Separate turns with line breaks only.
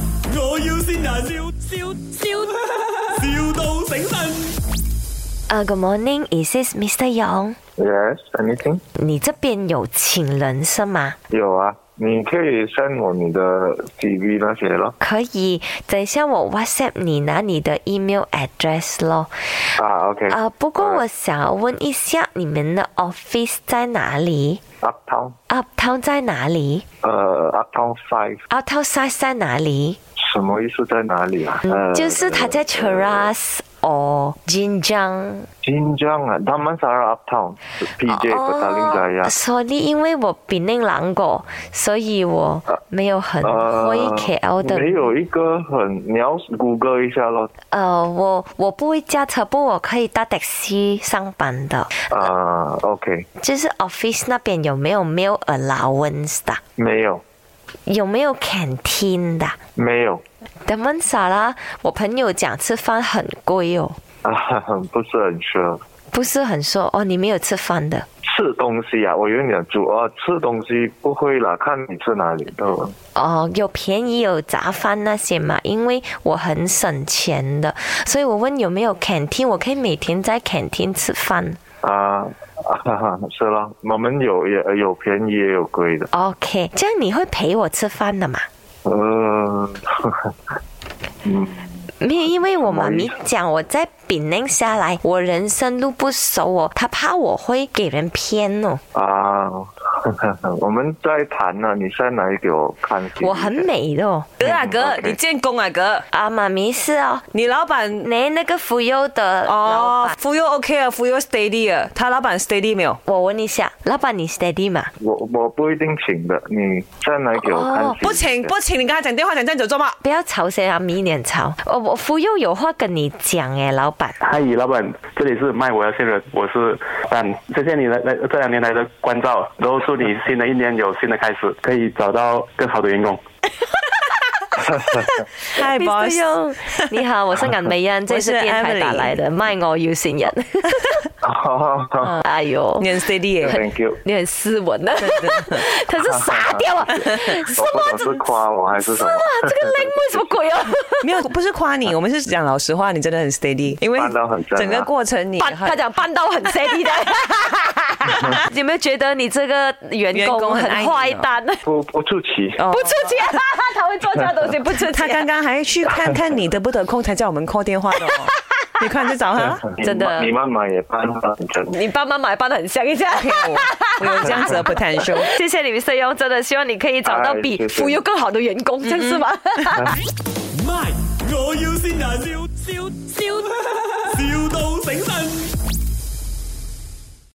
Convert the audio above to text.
要先人，笑笑笑，,笑到醒神。
呃、g o o d morning，is this Mr. Yong？
Yes, anything？
你这边有请人是吗？
有啊，你可以 send 我你的 CV 那些咯。
可以，等一下我 WhatsApp 你拿你的 email address 咯。
啊，OK。
啊、不过我
呃
想问一下，你们的 office 在哪里
Uptown，
？Uptown 在哪里
呃，Uptown Five
？Uptown Side 在哪里？
什么意思在哪里啊？呃，
嗯就是他在 Cheras or 金江。
新疆啊，他们啥 Uptown
哦
PJ 和达令加呀。
所以因为我槟榔狼过，所以我没有很会 KL 的。
呃没有一个很，你要 Google 一下咯。
呃，我我不会驾车，不过我可以搭 taxi 上班的。
啊，OK，
就是 office 那边有没有 meal allowance 的？
没有，
有没有 canteen 的？
没有，
等问啥啦？我朋友讲吃饭很贵哦，
啊， 不是很 sure。
不是很说哦，你没有吃饭的。
吃东西啊，我有点煮啊，吃东西不会啦，看你吃哪里的。
哦，有便宜有杂饭那些嘛，因为我很省钱的，所以我问有没有 canteen，我可以每天在 canteen 吃饭。
啊，啊 是啦，我们有也有便宜也有贵的。
OK，这样你会陪我吃饭的嘛？
呃，
没有，因为我妈咪
什么
讲我在丙宁下来，我人生路不熟哦，她怕我会给人偏哦。
啊， 我们在谈呢、你先来给我看。
我很。美的哦，
哥啊哥，
OK
你见工啊哥，
啊，妈咪是哦，
你老板
你那个妇幼的老
哦
板，，
忽悠 OK 啊，忽悠 steady 啊，他老板 steady 没有？
我问一下，老板你 steady 吗？
我我不一定请的，你先来给我看。
哦
不 请不请，你跟他讲电话讲这样子做嘛？
不要吵谁啊，咪脸吵。我我妇幼有话跟你讲诶，老板。
嗨，老板，这里是卖我要新人，我是蛋，谢谢你来来这两年来的关照，然后祝你新的一年有新的开始，可以找到更好的员工。
嗨 boss，
Yong，你好，我是颜美 欣，这是
我是
电台
Emily
打来的，卖我有心 人。哎呦
你，很 steady 耶、
Thank you。
你很斯文啊， 他是傻掉 啊，什
我不
么
懂是夸我还是什么
哇？，这个 link 为什么 鬼啊？
没有不是夸 你，我们是讲老实话，你真的很 steady，因为
办到很正啊
整个过程你
搬他
很
讲搬到很 steady 的，有没有觉得你这个员
员
工
工很
很
爱你哦
坏蛋？
不不出奇。
哦
不出去， 他会做这样的东西，不出去。
他 刚刚还去看看你得不得空，才叫我们 call 电话的、 哦。你看这找 他，
真的
你你慢慢也搬到很真。
你爸妈买搬的很像一下。
我我有这样子的 potential。
谢谢你们 C 用，真的希望你可以找到
哎
比
谢谢
忽悠更好的员工，这样是吗？
My，我要先人，笑笑笑。